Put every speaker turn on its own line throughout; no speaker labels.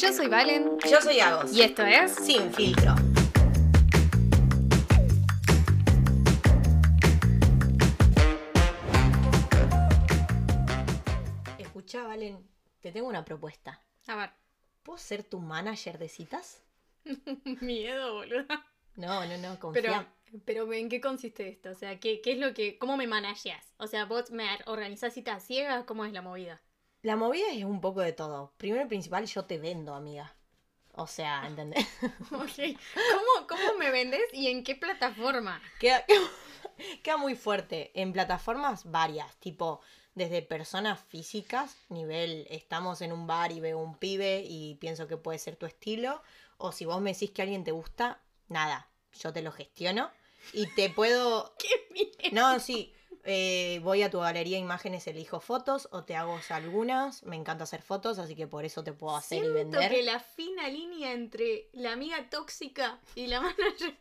Yo soy Valen
Yo soy Agos.
y esto es
Sin filtro.
Escuchá, Valen, te tengo una propuesta.
A ver,
¿Puedo ser tu manager de citas?
miedo, boluda.
No, no, no, confía.
Pero, pero ¿en qué consiste esto? O sea, ¿qué, qué es lo que, cómo me manageas? O sea, vos me ar- organizás citas ciegas, ¿cómo es la movida?
La movida es un poco de todo. Primero y principal, yo te vendo, amiga. O sea, ¿entendés?
Ok, ¿Cómo, ¿Cómo me vendes y en qué plataforma?
queda, queda muy fuerte. En plataformas varias, tipo desde personas físicas, nivel estamos en un bar y veo un pibe y pienso que puede ser tu estilo, o si vos me decís que alguien te gusta, nada, yo te lo gestiono y te puedo
¡Qué miedo!
No, sí. eh, voy a tu galería de imágenes, elijo fotos o te hago algunas. Me encanta hacer fotos, así que por eso te puedo hacer y
Siento
vender.
que la fina línea entre la amiga tóxica y la manager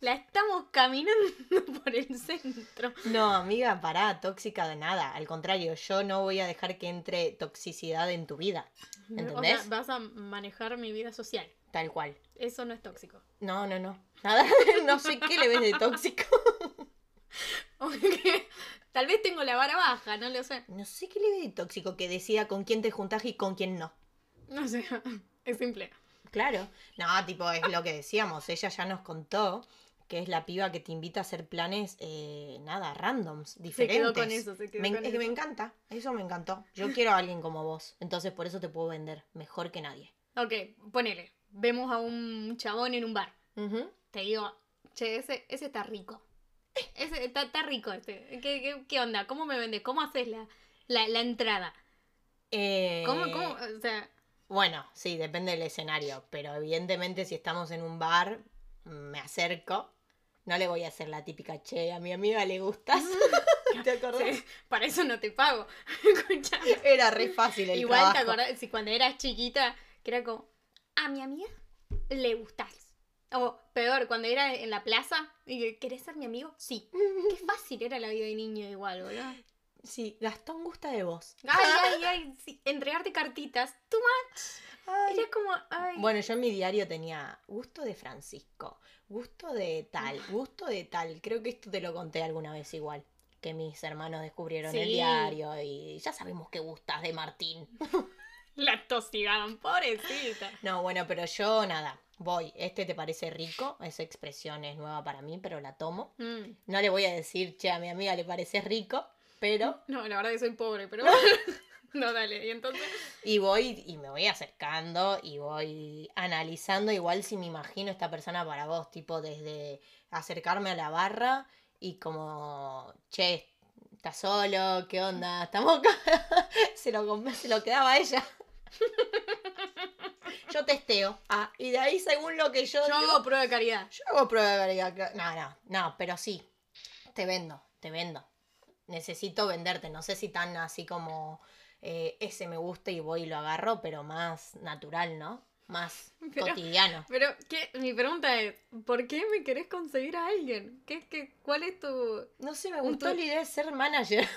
la estamos caminando por el centro.
No, amiga, pará, tóxica de nada. Al contrario, yo no voy a dejar que entre toxicidad en tu vida.
O sea,
¿Entendés?
vas a manejar mi vida social.
Tal cual.
Eso no es tóxico.
No, no, no. Nada, no sé qué le ves de tóxico.
Aunque tal vez tengo la vara baja, no lo sé.
No sé qué le ves de tóxico que decida con quién te juntás y con quién no.
No sé, es simple.
Claro. No, tipo, es lo que decíamos. Ella ya nos contó que es la piba que te invita a hacer planes, eh, nada, randoms,
Se
diferentes.
quedó con eso, se quedó
Me,
con
es que me
eso.
encanta, eso me encantó. Yo quiero a alguien como vos, entonces por eso te puedo vender mejor que nadie.
Ok, ponele. Vemos a un chabón en un bar.
Ujú.
Te digo, che, ese, ese está rico. Ese está, está rico este. ¿Qué, qué, qué onda? ¿Cómo me vendes? ¿Cómo haces la, la, la entrada?
Eh,
¿Cómo, cómo? O sea,
Bueno, sí, depende del escenario, pero evidentemente si estamos en un bar, me acerco. No le voy a hacer la típica, che, a mi amiga le gustas. ¿Te acordás?
sí, para eso no te pago. Escucha.
Era re fácil el
Igual te
trabajo.
acordás, si cuando eras chiquita, que era como, a mi amiga le gustás. O peor, cuando era en la plaza, y que, ¿querés ser mi amigo? Sí. Qué fácil era la vida de niño igual, boludo. Ay,
Sí, Gastón gusta de vos.
ay, ay, sí, entregarte cartitas. Tú
Ay,
era como, ay.
Bueno, yo en mi diario tenía gusto de Francisco, gusto de tal,
Ah.
gusto de tal. Creo que esto te lo conté alguna vez igual, que mis hermanos descubrieron el
Sí.
diario y ya sabemos que gustas de Martín.
La tosigaban, pobrecita.
No, bueno, pero yo nada, voy, este te parece rico, esa expresión es nueva para mí, pero la tomo.
Mm.
No le voy a decir, che, a mi amiga le parece rico, pero...
No, la verdad que soy pobre, pero... no, dale, y entonces...
Y voy y me voy acercando y voy analizando igual si me imagino esta persona para vos, tipo desde acercarme a la barra y como, che, ¿estás solo? ¿Qué onda? ¿Estamos acá?" se, lo, com- se lo quedaba a ella. Yo testeo. Ah, y de ahí según lo que yo...
Yo
digo,
hago prueba de caridad.
yo hago prueba de calidad, claro. No, no, no, pero sí. Te vendo, te vendo. Necesito venderte. No sé si tan así como eh, ese me gusta y voy y lo agarro, pero más natural, ¿no? Más
Pero-
cotidiano.
Pero ¿qué? mi pregunta es, ¿por qué me querés conseguir a alguien? ¿Qué, qué, ¿Cuál es tu
No sé, me
gustó
gustó la idea de ser manager.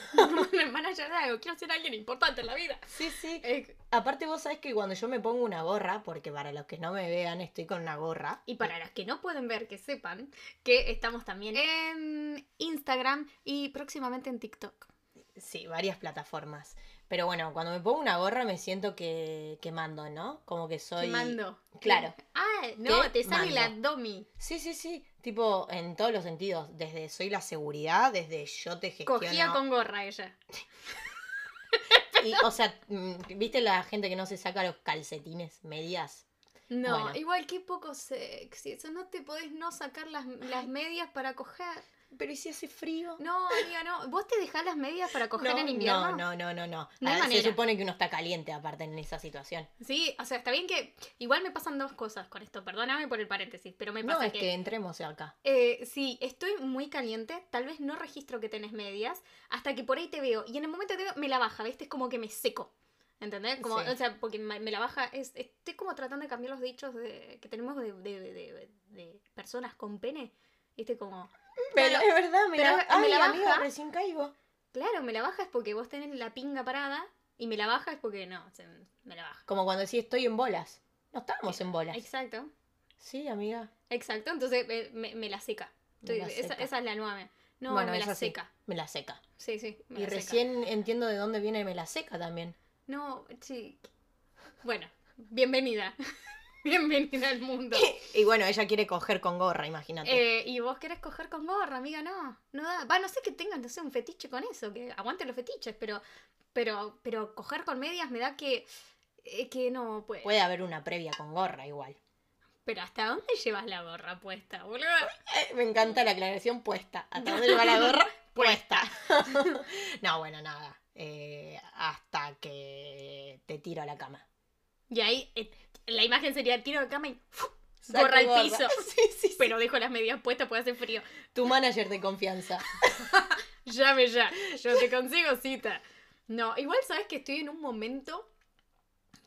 manager de algo? Quiero ser alguien importante en la vida.
sí, sí.
Eh,
Aparte vos sabés que cuando yo me pongo una gorra, porque para los que no me vean estoy con una gorra.
y para los que no pueden ver, que sepan que estamos también en Instagram y próximamente en TikTok.
Sí, varias plataformas. Pero bueno, cuando me pongo una gorra me siento que, que mando, ¿no? Como que soy...
Mando.
Claro.
Ah, no,
¿Qué?
te sale la
Mando.
domi.
Sí, sí, sí. Tipo, en todos los sentidos. Desde soy la seguridad, desde yo te gestiono.
Cogía con gorra ella.
Y, o sea, mm, ¿viste la gente que no se saca los calcetines, medias?
No,
Bueno.
igual que poco sexy. Eso no te podés no sacar las, las medias para coger.
Pero ¿y si hace frío?
No, amiga, no. ¿Vos te dejás las medias para coger en invierno?
No, no, no, no. no.
No hay
Ah, se
manera.
supone que uno está caliente aparte en esa situación.
Sí, o sea, está bien que. Igual me pasan dos cosas con esto, perdóname por el paréntesis, pero me pasa
No, es
que.
que... entremos acá.
eh, sí, estoy muy caliente, tal vez no registro que tenés medias, hasta que por ahí te veo. Y en el momento que te veo, me la baja, ¿viste? Es como que me seco. ¿Entendés? Como,
Sí.
O sea, porque me, me la baja. Es, estoy como tratando de cambiar los dichos de, que tenemos de, de- de- de- de personas con pene. ¿Viste? Como.
Pero es verdad, me
pero
la,
me
ay,
la
amiga,
baja.
recién caigo.
Claro, me la bajas porque vos tenés la pinga parada Y me la baja es porque no, se- me la baja.
Como cuando decís estoy en bolas. No estábamos en bolas.
Exacto,
Sí, amiga.
exacto. Entonces eh, me, me la seca.
Me la
Entonces, esa,
seca.
esa es la nueva. No,
bueno,
me
es
la
así.
seca.
Me la seca.
Sí, sí. me
y
la seca.
recién entiendo de dónde viene me la seca también.
No, sí. Bueno, bienvenida. bienvenida al mundo.
Y bueno, ella quiere coger con gorra, imagínate.
Eh, y vos querés coger con gorra, amiga, no. No da. Va, no sé que tengan, no sé, un fetiche con eso, que aguante los fetiches, pero, pero, pero coger con medias me da que, eh, que no puede.
Puede haber una previa con gorra igual.
Pero ¿hasta dónde llevas la gorra puesta, boludo?
Eh, me encanta la aclaración puesta. ¿Hasta dónde va la gorra? Puesta. no, bueno, nada. Eh, hasta que te tiro a la cama.
Y ahí eh, la imagen sería tiro de cama y ¡fu!
Saco
gorra al
gorra.
piso.
Sí, sí, sí.
Pero dejo las medias puestas porque hace frío.
Tu manager de confianza.
Llame ya, yo te consigo cita. No, igual sabes que estoy en un momento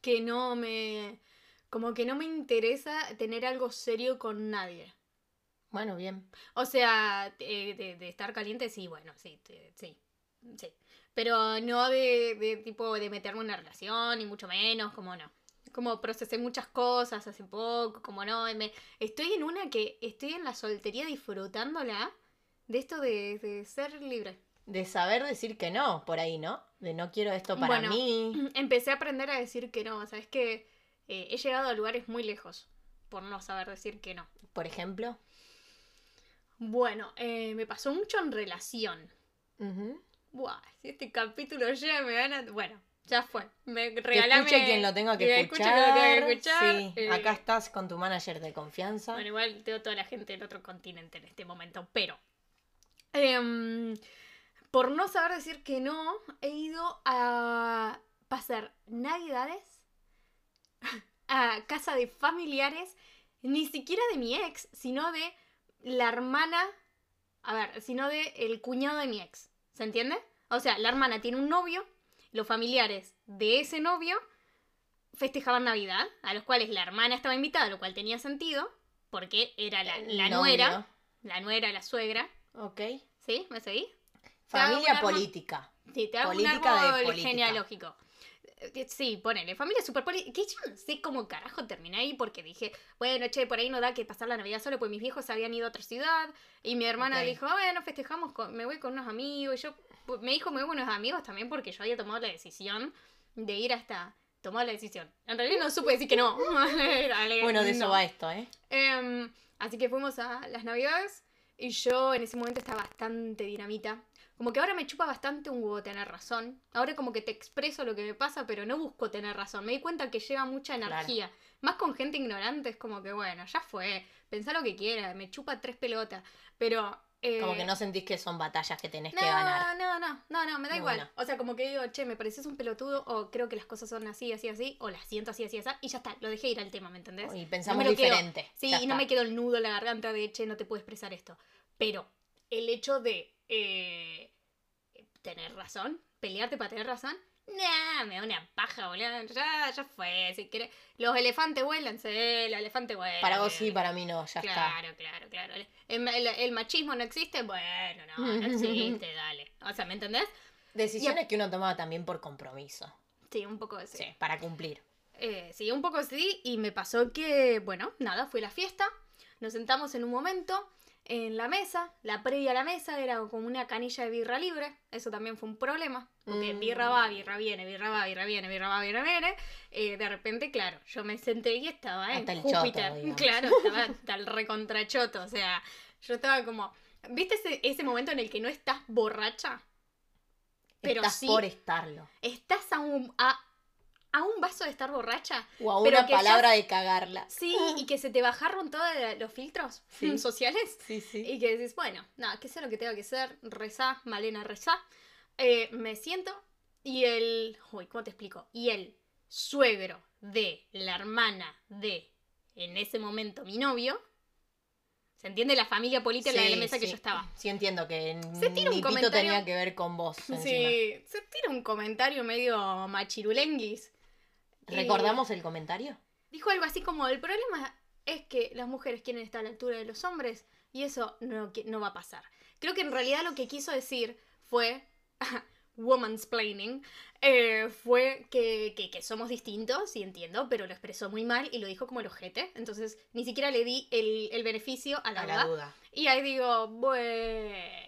que no me. Como que no me interesa tener algo serio con nadie.
Bueno, bien.
O sea, eh, de, de estar caliente, sí, bueno, sí, te- sí, sí. Pero no de, de tipo de meterme en una relación, ni mucho menos, como no. Como procesé muchas cosas hace poco, como no. y me- estoy en una que estoy en la soltería disfrutándola de esto de, de ser libre.
De saber decir que no, por ahí, ¿no? De no quiero esto para
Bueno.
mí.
Empecé a aprender a decir que no, sabes que eh, he llegado a lugares muy lejos por no saber decir que no.
Por ejemplo.
Bueno, eh, me pasó mucho en relación.
Ujú.
Buah, si este capítulo llega, me van a. Bueno, ya fue. Me
Que
regalame.
escuche quien lo tenga que,
escuche quien lo tenga que escuchar.
Sí,
eh,
acá estás con tu manager de confianza.
Bueno, igual tengo toda la gente del otro continente en este momento, pero. em, por no saber decir que no, he ido a pasar navidades a casa de familiares, ni siquiera de mi ex, sino de la hermana. A ver, sino de el cuñado de mi ex. ¿Se entiende? O sea, la hermana tiene un novio, los familiares de ese novio festejaban Navidad, a los cuales la hermana estaba invitada, lo cual tenía sentido, porque era la, la
Novio.
nuera, la nuera, la suegra,
Ok.
¿sí? ¿Me seguís? Te hago un
Familia
arma-
política.
Sí, te hago
Política de
un árbol
política.
genealógico. Eh, Sí, ponele, familia super política. Que yo no sé cómo carajo terminé ahí porque dije, bueno, che, por ahí no da que pasar la Navidad solo, pues mis viejos habían ido a otra ciudad y mi hermana
Ok.
dijo, "Ah, bueno, festejamos, con- me voy con unos amigos. Y yo pues, me dijo, me voy con unos amigos también porque yo había tomado la decisión de ir hasta... Tomar la decisión. En realidad no supe decir que no. Dale,
Bueno, de eso
no.
va esto, ¿eh?
Em, así que fuimos a las navidades y yo en ese momento estaba bastante dinamita. Como que ahora me chupa bastante un huevo tener razón. Ahora como que te expreso lo que me pasa, pero no busco tener razón. Me di cuenta que lleva mucha
Claro.
energía. Más con gente ignorante es como que, bueno, ya fue. Pensá lo que quiera, me chupa tres pelotas. Pero... eh,
Como que no sentís que son batallas que tenés
no,
que ganar.
no, no, no, no, me da
No,
igual.
no.
O sea, como que digo, che, me pareces un pelotudo o creo que las cosas son así, así, así, o las siento así, así, así, y ya está, lo dejé ir al tema, ¿me entendés?
Y
No
pensamos
me lo quedo.
diferente.
Sí,
Ya
y no
está.
me quedó el nudo en la garganta de, che, no te puedo expresar esto. Pero el hecho de eh, tener razón, pelearte para tener razón, nah, me da una paja, boludo. Ya, ya fue, si querés. Los elefantes vuelan, sí, los elefantes vuelan.
Para vos sí, para mí no, ya está.
Claro, claro, claro. El, el- el machismo no existe, bueno, no, no existe, dale. O sea, ¿me entendés?
Decisiones que uno tomaba también por compromiso.
Sí, un poco de eso.
Sí, para cumplir.
Eh, sí, un poco sí, y me pasó que, bueno, nada, fue la fiesta, nos sentamos en un momento en la mesa, la previa a la mesa era como una canilla de birra libre, eso también fue un problema, porque
Mm.
birra va, birra viene, birra va, birra viene, birra va, birra viene, eh, de repente, claro, yo me senté y estaba en
Hasta el
Júpiter,
choto, digamos.
claro, estaba hasta el recontrachoto, o sea, yo estaba como, ¿viste ese, ese momento en el que no estás borracha? Pero
Estás
sí,
por estarlo.
estás a un, a, a un vaso de estar borracha.
O a
Pero
una
que ya-
palabra de cagarla.
Sí, y que se te bajaron todos los filtros
Ah. Sí.
sociales.
Sí, sí.
Y que decís, bueno, nada, que sea lo que tenga que ser, rezá, Malena, rezá. Eh, me siento y el. Uy, ¿cómo te explico? Y el suegro de la hermana de, en ese momento, mi novio. ¿Se entiende la familia política la de la mesa que yo estaba?
Sí, entiendo que
Se tira un
ni pito
comentario-
tenía que ver con vos. encima.
Sí, se tira un comentario medio machirulenguis. Y-
¿Recordamos el comentario?
Dijo algo así como, el problema es que las mujeres quieren estar a la altura de los hombres y eso no, qui- no va a pasar. Creo que en realidad lo que quiso decir fue, woman's planning eh, fue que, que, que somos distintos, y entiendo, pero lo expresó muy mal y lo dijo como el ojete. Entonces, ni siquiera le di el, el beneficio a la,
a
duda.
la duda.
Y ahí digo,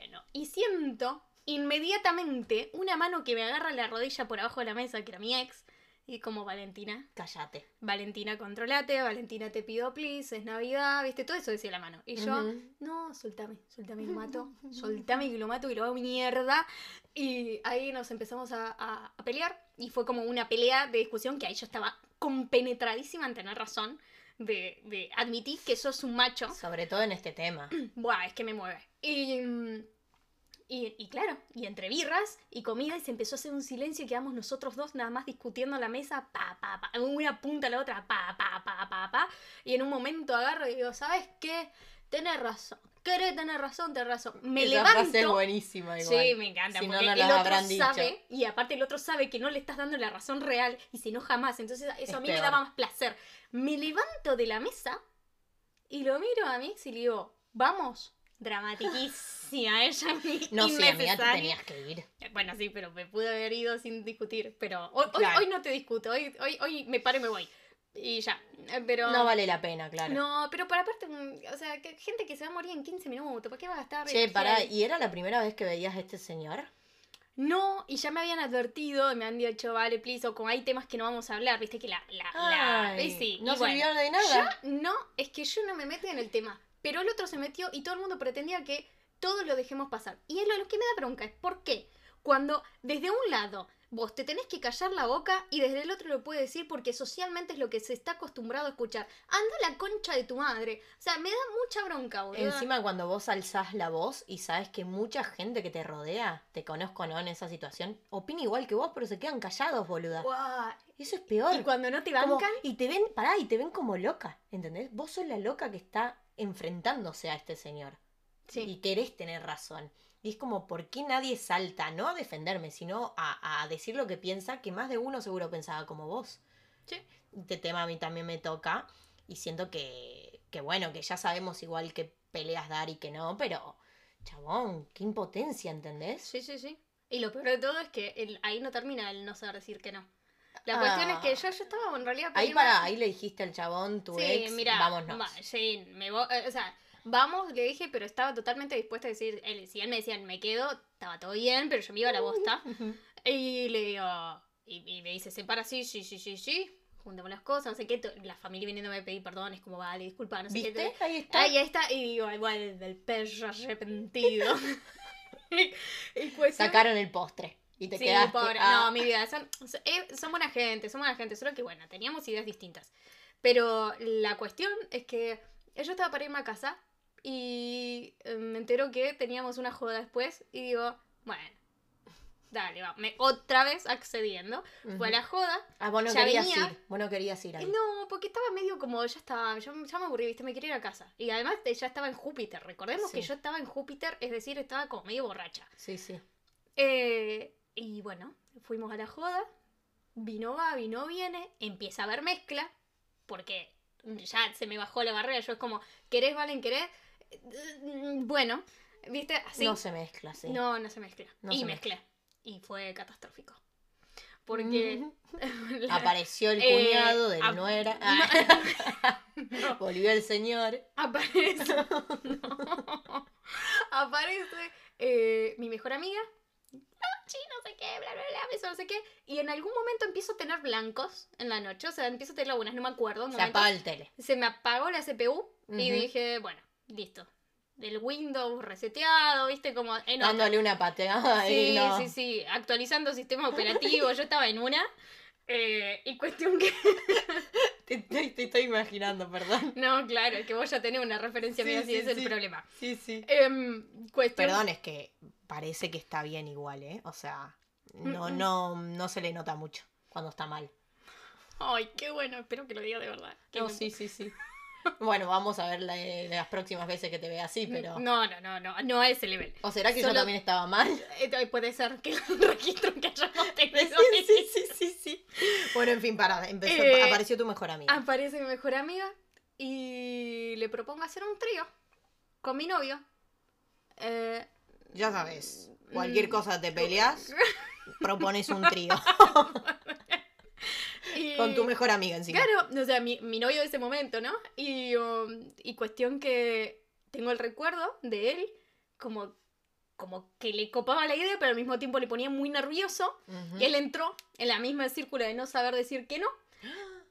bueno. Y siento inmediatamente una mano que me agarra la rodilla por abajo de la mesa, que era mi ex, y como Valentina.
Cállate.
Valentina, controlate, Valentina, te pido please, es Navidad, viste, todo eso decía la mano. Y yo,
Ujú.
no, soltame, soltame y lo mato, soltame y lo mato y lo hago mierda. Y ahí nos empezamos a, a- a pelear y fue como una pelea de discusión que ahí yo estaba compenetradísima en tener razón de, de admitir que sos un macho.
Sobre todo en este tema.
Buah, es que me mueve. Y, mm, y, y claro, y entre birras y comida, y se empezó a hacer un silencio y quedamos nosotros dos nada más discutiendo en la mesa, pa, pa, pa, una punta a la otra, pa, pa, pa, pa, pa. Y en un momento agarro y digo, ¿sabes qué? Tenés razón. Querés tener razón, tenés razón. Me
Esa
levanto.
frase es buenísima igual.
Sí, me encanta,
Si no,
porque
no
el
las
otro
habrán dicho.
sabe, y aparte el otro sabe que no le estás dando la razón real y se enoja más, entonces eso
Es
a mí me
peor.
daba más placer. Me levanto de la mesa y lo miro a mí y le digo, vamos, dramatiquísima ella,
No, sí, amiga, te
innecesaria.
tenías que ir.
Bueno, sí, pero me pude haber ido sin discutir, pero hoy, hoy-
Claro.
hoy no te discuto, hoy, hoy, hoy me paro y me voy. Y ya, eh, pero...
No vale la pena, claro.
No, pero para aparte, mm, o sea, que gente que se va a morir en 15 minutos, ¿para qué va a gastar?
Che,
energía
pará,
ahí?
¿y era la primera vez que veías a este señor?
No, y ya me habían advertido, y me han dicho, vale, please, o como hay temas que no vamos a hablar, viste que la... la, la-
Ay,
y sí,
no
y bueno.
sirvió de nada.
Yo no, es que yo no me meto en el tema, pero el otro se metió y todo el mundo pretendía que todos lo dejemos pasar. Y es lo, lo que me da bronca, es por qué. Cuando desde un lado vos te tenés que callar la boca y desde el otro lo puedes decir porque socialmente es lo que se está acostumbrado a escuchar. Anda la concha de tu madre. O sea, me da mucha bronca, boludo.
Encima cuando vos alzás la voz y sabes que mucha gente que te rodea, te conozco no en esa situación, opina igual que vos, pero se quedan callados, boluda.
Guau,
Eso es peor.
Y cuando no te
Como-
bancan...
y te ven, pará, y te ven como loca, ¿entendés? Vos sos la loca que está enfrentándose a este señor.
Sí.
Y querés tener razón. Y es como, ¿por qué nadie salta? No a defenderme, sino a, a decir lo que piensa, que más de uno seguro pensaba como vos.
Sí.
Este tema a mí también me toca. Y siento que, que bueno, que ya sabemos igual que peleas dar y que no, pero chabón, qué impotencia, ¿entendés?
Sí, sí, sí. Y lo peor de todo es que el- ahí no termina el no saber decir que no. La cuestión es que yo, yo estaba en realidad...
Ah. Ahí
peleando-
para, ahí le dijiste al chabón, tu
sí,
ex,
mira,
vámonos.
sí, me vo- eh, o sea, vamos, le dije, pero estaba totalmente dispuesta a decir, él, si él me decían me quedo, estaba todo bien, pero yo me iba a la bosta. Y le digo, y, y me dice, se para sí, sí, sí, sí, sí, juntamos las cosas, no sé qué, to- la familia viniéndome a pedir perdón, es como, vale, disculpa, no sé qué.
¿Viste? Ahí está.
Ahí está, y digo, igual, del perro arrepentido. y, pues y cuestión-
Sacaron el postre. Y te
Sí,
quedaste.
pobre.
ah,
No, mi vida. Son, eh, son buena gente, son buena gente. Solo que, bueno, teníamos ideas distintas. Pero la cuestión es que yo estaba para irme a casa y eh, me entero que teníamos una joda después y digo, bueno, dale, va. Me, otra vez accediendo.
ujú.
Fue a la joda.
Ah, vos no
ya
querías
venía.
ir. Vos no querías ir ahí.
No, porque estaba medio como, ya estaba, yo, ya me aburrí, viste, me quería ir a casa. Y además eh, ya estaba en Júpiter. Recordemos que
Sí.
yo estaba en Júpiter, es decir, estaba como medio borracha.
Sí, sí.
Eh, y bueno, fuimos a la joda. Vino va, vino viene. Empieza a haber mezcla. Porque ya se me bajó la barrera. Yo es como, ¿querés, Valen, querés? Eh, Bueno, ¿viste? Así.
No se mezcla, sí.
No, no se mezcla.
No
y
se
mezclé. Y fue catastrófico. Porque.
Ujú.
la-
Apareció el
eh,
cuñado del
ap-
nuera.
no.
Ah,
No.
Volvió el señor.
Aparece. no. Aparece eh, mi mejor amiga. Ah, sí, no sé qué, bla, bla, bla, beso, no sé qué. Y en algún momento empiezo a tener blancos en la noche. O sea, empiezo a tener lagunas, no me acuerdo. un
Se
momento.
apaga el tele.
Se me apagó la CPU y
Ujú.
dije, bueno, listo. Del Windows reseteado, viste, como en otra.
Dándole una pateada.
Sí,
y no.
sí, sí, actualizando sistema operativo. Yo estaba en una. eh, y cuestión que.
Te, te- te estoy imaginando, perdón.
No, claro, es que vos ya tenés una referencia,
Sí,
medio así
sí,
es el
sí.
problema.
Sí, sí.
Em, cuestión.
Perdón, es que parece que está bien igual, ¿eh? O sea, no,
Mm, mm.
no, no se le nota mucho cuando está mal.
Ay, qué bueno, espero que lo diga de verdad. Que
No,
me-
sí, sí, sí. Bueno, vamos a ver la- las próximas veces que te vea así, pero.
Mm, No, no, no, no, no a ese nivel.
¿O será que
Solo-
yo también estaba mal?
Entonces, puede ser que el registro que hayamos tenido.
Sí, sí, sí, sí, sí. Bueno, en fin, para, empezó,
Eh,
apareció tu mejor amiga.
Aparece mi mejor amiga y le propongo hacer un trío con mi novio. Eh,
ya sabes,
mm,
cualquier cosa te peleas propones un trío
Y-
con tu mejor amiga encima.
Claro, o sea, mi, mi novio de ese momento, ¿no? Y, um, y cuestión que tengo el recuerdo de él como, como que le copaba la idea, pero al mismo tiempo le ponía muy nervioso.
Ujú.
Y él entró en la misma círculo de no saber decir que no.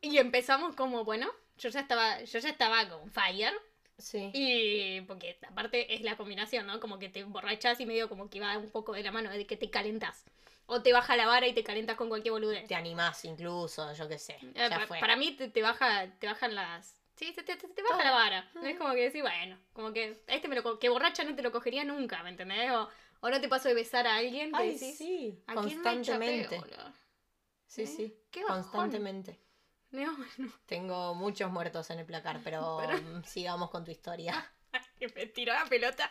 Y empezamos como, bueno, yo ya estaba, yo ya estaba con fire.
Sí.
Y porque aparte es la combinación, ¿no? Como que te emborrachas y medio como que va un poco de la mano de que te calentas. O te baja la vara y te calentas con cualquier boludez.
Te animás incluso, yo qué sé.
Eh,
Ya
pa-
fue.
Para mí te, te baja, te bajan las. Sí, te, te- te- te baja
Todo.
la vara. No es
Ujú.
como que decir, bueno, como que a este me lo co- que borracha no te lo cogería nunca, ¿me entendés? O, o no te paso de besar a alguien que
Ay,
decís,
sí,
"¿A quién me
constantemente.
chateo, boludo?".
sí,
¿Eh?
sí,
Qué bajón.
constantemente.
No, no,
Tengo muchos muertos en el placar, pero, mm, sigamos con tu historia.
que me tiró la pelota.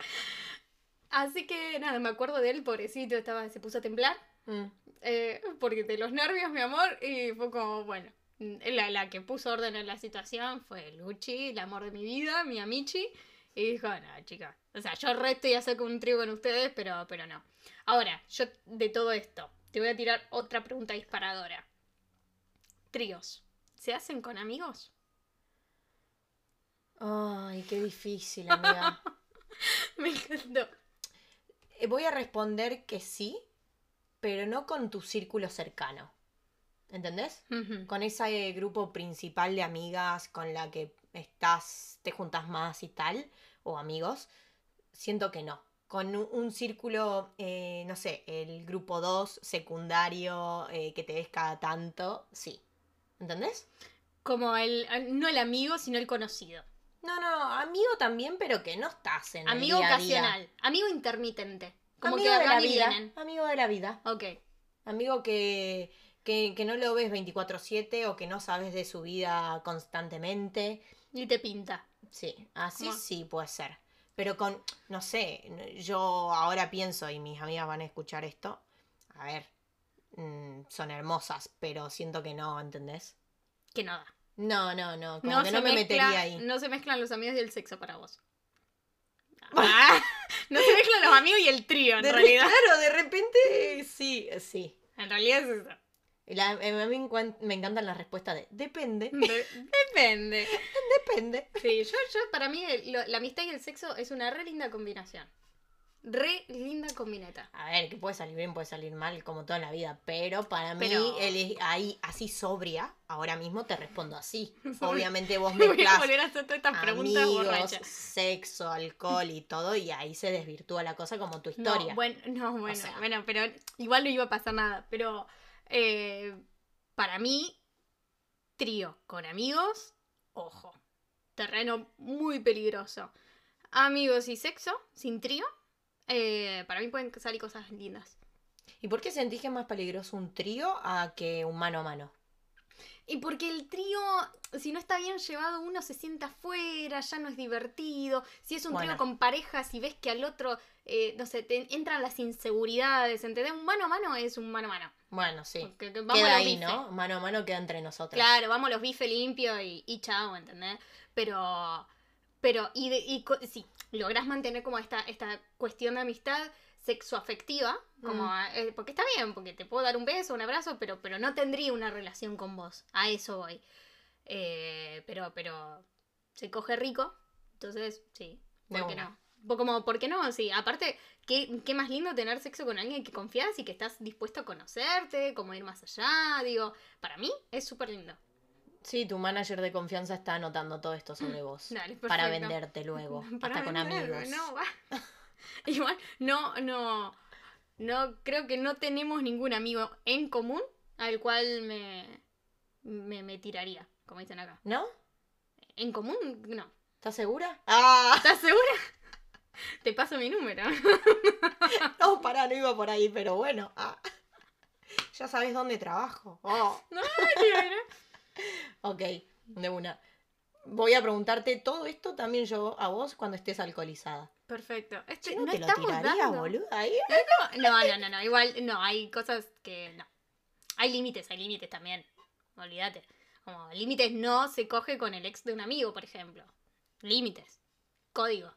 Así que nada, me acuerdo de él, pobrecito, estaba, se puso a temblar.
Mm.
eh, porque de los nervios, mi amor, y fue como, bueno, mm, la, la que puso orden en la situación fue Luchi, el amor de mi vida, mi amichi, y dijo, no, chicas, o sea, yo resto y saco un trío con ustedes, pero, pero no. Ahora, yo de todo esto, te voy a tirar otra pregunta disparadora. Tríos, ¿se hacen con amigos?
Ay, qué difícil, amiga.
Me encantó.
Eh, Voy a responder que sí, pero no con tu círculo cercano. ¿Entendés?
Ujú.
Con ese eh, grupo principal de amigas con la que estás, te juntas más y tal, o amigos, siento que no. Con un, un círculo, eh, no sé, el grupo 2, secundario, eh, que te ves cada tanto, sí. ¿Entendés?
Como el, no el amigo, sino el conocido.
No, no, amigo también, pero que no estás en el
Amigo
día a día.
ocasional, amigo intermitente. Como
amigo
que
de la
van y
vida,
vienen.
amigo de la vida,
Ok.
amigo que, que, que no lo ves 24/7 o que no sabes de su vida constantemente.
Y te pinta.
Sí, así
Como-
sí puede ser. Pero con, no sé, n- yo ahora pienso y mis amigas van a escuchar esto. A ver, mm, son hermosas, pero siento que no, ¿entendés?
Que nada.
No, no, no, como que no me
mezcla-
metería ahí.
No se mezclan los amigos y el sexo para vos. Ah, no se mezclan los amigos y el trío, en
De re-
realidad.
claro, de repente eh, sí, sí.
En realidad es eso.
La- eh, a mí encuan- me encantan las respuestas de depende,
De- depende.
depende.
Sí, yo, yo, para mí, el- lo- la amistad y el sexo es una re linda combinación. Re linda combineta.
A ver, que puede salir bien, puede salir mal, como toda la vida, pero para mí,
Pero-
el- ahí, así sobria, ahora mismo te respondo así. Obviamente vos
Voy a
mezclas
volver a hacer todas estas preguntas
amigos,
borrachas.
sexo, alcohol y todo, y ahí se desvirtúa la cosa como tu historia.
No, bueno, no, bueno,
sea.
bueno, pero igual no iba a pasar nada. Pero eh, para mí, trío con amigos, ojo, terreno muy peligroso. Amigos y sexo, sin trío, eh, para mí pueden salir cosas lindas.
¿Y por qué sentís que es más peligroso un trío a que un mano a mano?
Y porque el trío, si no está bien llevado, uno se sienta afuera, ya no es divertido. Si es un
Bueno.
trío con pareja, si ves que al otro, eh, no sé, te entran las inseguridades, ¿entendés? Un mano a mano es un mano a mano.
Bueno, sí.
Que- que vamos a
queda
los
ahí,
bifes.
¿no? Mano a mano queda entre nosotros.
Claro, vamos los bife limpio y, y chao, ¿entendés? Pero, pero, y, de- y co- si lográs mantener como esta, esta cuestión de amistad sexoafectiva, como,
Mm.
a- eh, porque está bien, porque te puedo dar un beso, un abrazo, pero, pero no tendría una relación con vos, a eso voy. Eh, pero, pero, se coge rico, entonces, sí,
De
¿por qué
una.
no? Po- Como, ¿por qué no? Sí, aparte, ¿qué, qué más lindo tener sexo con alguien que confías y que estás dispuesto a conocerte, como ir más allá, digo, para mí es súper lindo.
Sí, tu manager de confianza está anotando todo esto sobre vos.
Mm, Dale,
para
perfecto.
venderte luego.
Para
hasta con
vender,
amigos.
No, va. Igual, no, no, no, creo que no tenemos ningún amigo en común al cual me, me, me tiraría, como dicen acá.
¿No?
En común, no.
¿Estás segura? ¡Ah!
¿Estás segura? Te paso mi número.
No, pará, no iba por ahí, pero bueno. Ah. Ya sabes dónde trabajo. Oh. Ok, de una. Voy a preguntarte todo esto también yo a vos cuando estés alcoholizada.
Perfecto. Este,
Che,
no,
te lo
estamos
tiraría,
dando.
boludo? Ahí.
No, no, no, no, igual no, hay cosas que no. Hay límites, hay límites también. Olvídate. Como límites no se coge con el ex de un amigo, por ejemplo. Límites. Código.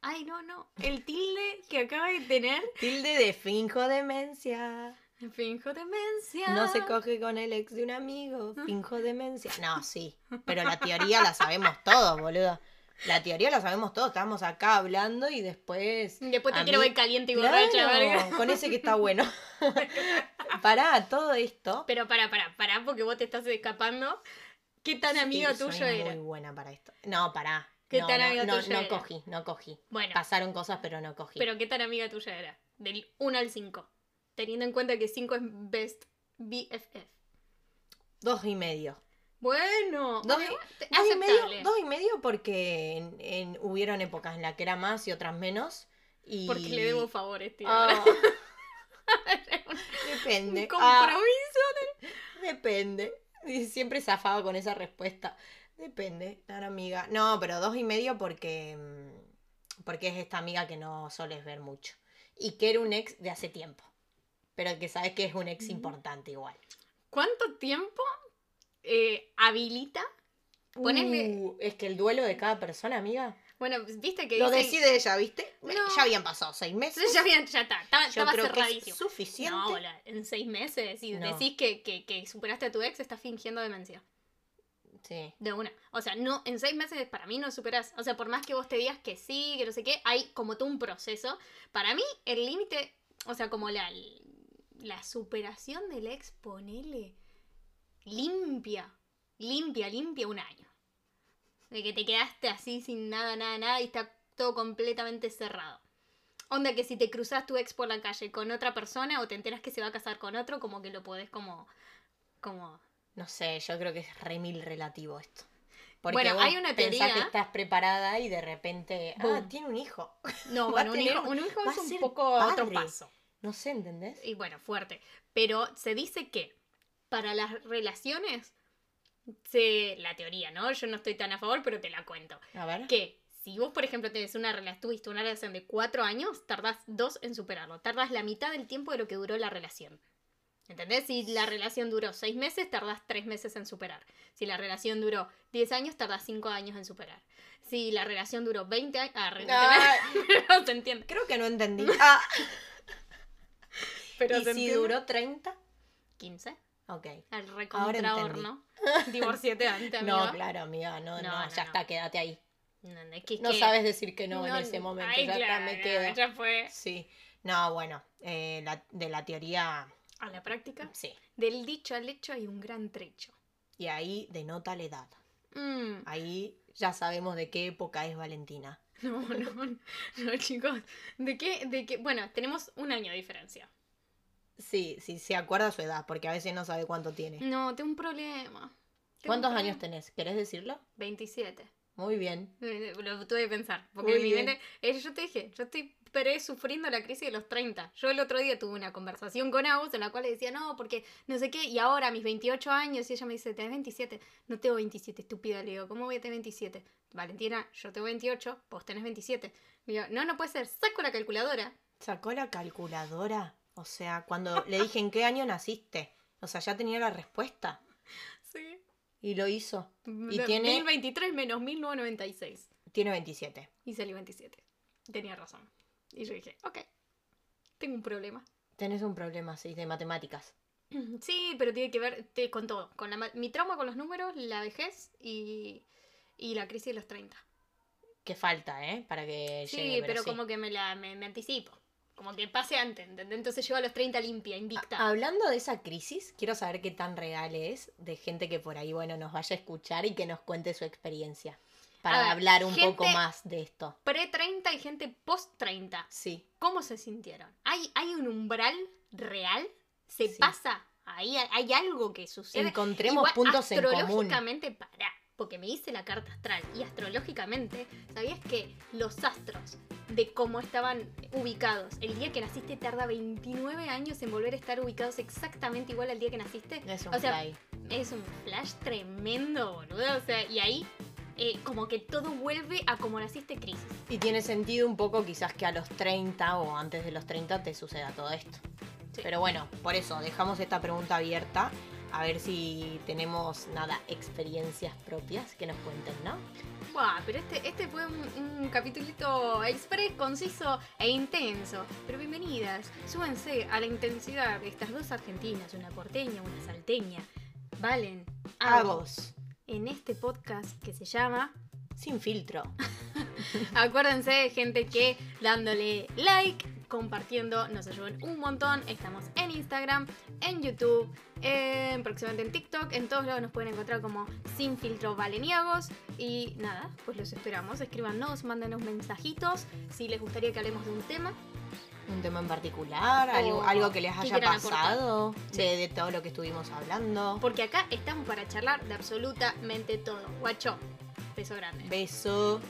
Ay, no, no. El tilde que acaba de tener.
Tilde de finjo demencia.
Finjo demencia.
No se coge con el ex de un amigo. Finjo demencia. No, sí. Pero la teoría la sabemos todos, boludo. La teoría la sabemos todos. Estábamos acá hablando y después.
Después te
a
quiero
mí-
ver caliente y
Claro,
borracha, verga.
Con ese que está bueno. Pará, todo esto.
Pero para, para, para, porque vos te estás escapando. ¿Qué tan amigo
Sí, soy
tuyo era?
muy buena para esto. No, pará.
¿Qué
no,
tan
no,
amigo
no,
tuyo
no
era?
cogí, no cogí.
Bueno,
Pasaron cosas, pero no cogí.
pero ¿qué tan amiga tuya era? Del 1 al 5. Teniendo en cuenta que 5 es best BFF.
Dos y medio.
Bueno,
Dos
ok,
y-
te-
Dos y,
aceptable.
medio, dos y medio porque en- en- hubieron épocas en las que era más y otras menos. Y...
Porque le debo favores, tío.
Ah.
Un
depende. Ah,
compromiso.
depende. Y Siempre zafaba con esa respuesta. Depende, tan amiga. No, pero dos y medio porque, mm, porque es esta amiga que no soles ver mucho. Y que era un ex de hace tiempo. Pero que sabes que es un ex
Mm.
importante igual.
¿Cuánto tiempo eh, habilita? Ponele-
Uh, es que el duelo de cada persona, amiga.
Bueno, viste que
Lo
dicen-
decide ella, ¿viste?
No.
Ya habían pasado seis meses.
Ya, habían- ya está, estaba,
Yo
estaba
creo que es
cerradísimo.
suficiente.
No, boluda, en seis meses. Si
No.
decís que, que- que superaste a tu ex, estás fingiendo demencia.
Sí.
De una. O sea, no, en seis meses para mí no superás. O sea, por más que vos te digas que sí, que no sé qué, hay como todo un proceso. Para mí, el límite, o sea, como la, la superación del ex, ponele limpia, limpia, limpia un año. De que te quedaste así sin nada, nada, nada y está todo completamente cerrado. Onda que si te cruzas tu ex por la calle con otra persona o te enteras que se va a casar con otro, como que lo podés como... como
No sé, yo creo que es re mil relativo esto. Porque
Bueno,
vos
hay una
pensás que
teoría-
estás preparada y de repente. Ah,
Boom.
tiene un hijo.
No,
Va a
bueno, un
tener
hijo,
un-
un hijo
va
es
a
un
ser
poco
padre.
otro paso.
No sé, ¿entendés?
Y bueno, fuerte. Pero se dice que para las relaciones, se, la teoría, ¿no? Yo no estoy tan a favor, pero te la cuento.
A ver.
Que si vos, por ejemplo, tenés una relación, tuviste una relación de cuatro años, tardás dos en superarlo. Tardás la mitad del tiempo de lo que duró la relación. ¿Entendés? Si la relación duró seis meses, tardás tres meses en superar. Si la relación duró diez años, tardás cinco años en superar. Si la relación duró 20 años... Ah, re-
Ah,
pero se entiende.
creo que no entendí. Ah,
Pero
¿Y
se
si
entiende.
duró 30?
15.
Ok.
Al
Ahora
recontra
entendí.
horno. Divorciate antes,
No,
amiga.
claro, amiga, no,
No,
no,
no,
ya
no.
está, quédate ahí.
No, no, es que-
No
que-
sabes decir que no, en
no,
ese momento,
ay,
ya está, me
claro,
quedo.
Ya fue
Sí. No, bueno, eh, la- de la teoría,
a la práctica.
sí.
Del dicho al hecho hay un gran trecho.
Y ahí denota la edad.
Mm,
Ah. Ahí ya sabemos de qué época es Valentina.
No, no, no, no, chicos. ¿De qué, ¿De qué? Bueno, tenemos un año de diferencia.
Sí, sí, se acuerda su edad, porque a veces no sabe cuánto tiene.
No, Mm, tengo un problema. Tengo
¿Cuántos
un
años
problema.
tenés? ¿Querés decirlo?
27.
Muy bien.
Eh, Lo tuve que pensar. Porque
Muy
en mi
bien.
mente- eh, yo te dije, yo estoy pre- sufriendo la crisis de los 30. Yo el otro día tuve una conversación con Agus en la cual le decía, no, porque no sé qué, y ahora a mis 28 años, y ella me dice, tenés 27. No tengo 27, estúpida, le digo, ¿cómo voy a tener 27? Valentina, yo tengo 28, vos tenés 27. Le digo, no, no puede ser, saco la calculadora.
¿Sacó la calculadora? O sea, cuando le dije en qué año naciste. O sea, ya tenía la respuesta.
Sí.
Y lo hizo.
Y
tiene-
1023 menos 1996.
Tiene 27.
Y salió 27. Tenía razón. Y yo dije, ok, tengo un problema.
Tenés un problema, sí, de matemáticas.
Sí, pero tiene que ver te- con todo. Con la, ma- mi trauma con los números, la vejez y, y la crisis de los 30.
Que falta, ¿eh? Para que
Sí,
llegue.
pero, como que me, la, me, me anticipo. Como que pase antes, ¿entendés? Entonces llego a los 30 limpia, invicta.
Ha- Hablando de esa crisis, quiero saber qué tan real es de gente que por ahí, bueno, nos vaya a escuchar y que nos cuente su experiencia. Para
A ver,
hablar un
gente-
poco más de esto.
Pre-30 y gente post-30.
Sí.
¿Cómo se sintieron? ¿Hay, hay un umbral real? ¿Se
Sí.
pasa? ¿Hay, hay algo que sucede?
Encontremos
Igual,
puntos en común.
Astrológicamente, pará, porque me hice la carta astral y astrológicamente, ¿sabías que los astros de cómo estaban ubicados el día que naciste tarda 29 años en volver a estar ubicados exactamente igual al día que naciste?
Es un
O sea,
fly.
Es un flash tremendo, boludo. O sea, y ahí eh, como que todo vuelve a como naciste crisis.
Y tiene sentido un poco quizás que a los 30 o antes de los 30 te suceda todo esto.
Sí.
Pero bueno, por eso dejamos esta pregunta abierta a ver si tenemos, nada, experiencias propias que nos cuenten, ¿no?
Buah, pero este, este fue un, un capitulito express, conciso e intenso. Pero bienvenidas, súbanse a la intensidad de estas dos argentinas, una porteña, una salteña. Valen, hago
Agos,
en este podcast que se llama
sin filtro.
Acuérdense, gente, que dándole like, compartiendo, nos ayudan un montón. Estamos en Instagram, en YouTube, en, próximamente en TikTok. En todos lados nos pueden encontrar como Sin Filtro Valeniagos. Y nada, pues los esperamos. Escríbanos, mándanos mensajitos si les gustaría que hablemos de un tema.
Un tema en particular, algo,
O
algo que les
que
haya
quieran aportar.
pasado,
Sí.
de, de todo lo que estuvimos hablando.
Porque acá estamos para charlar de absolutamente todo. Guacho, beso grande.
Beso.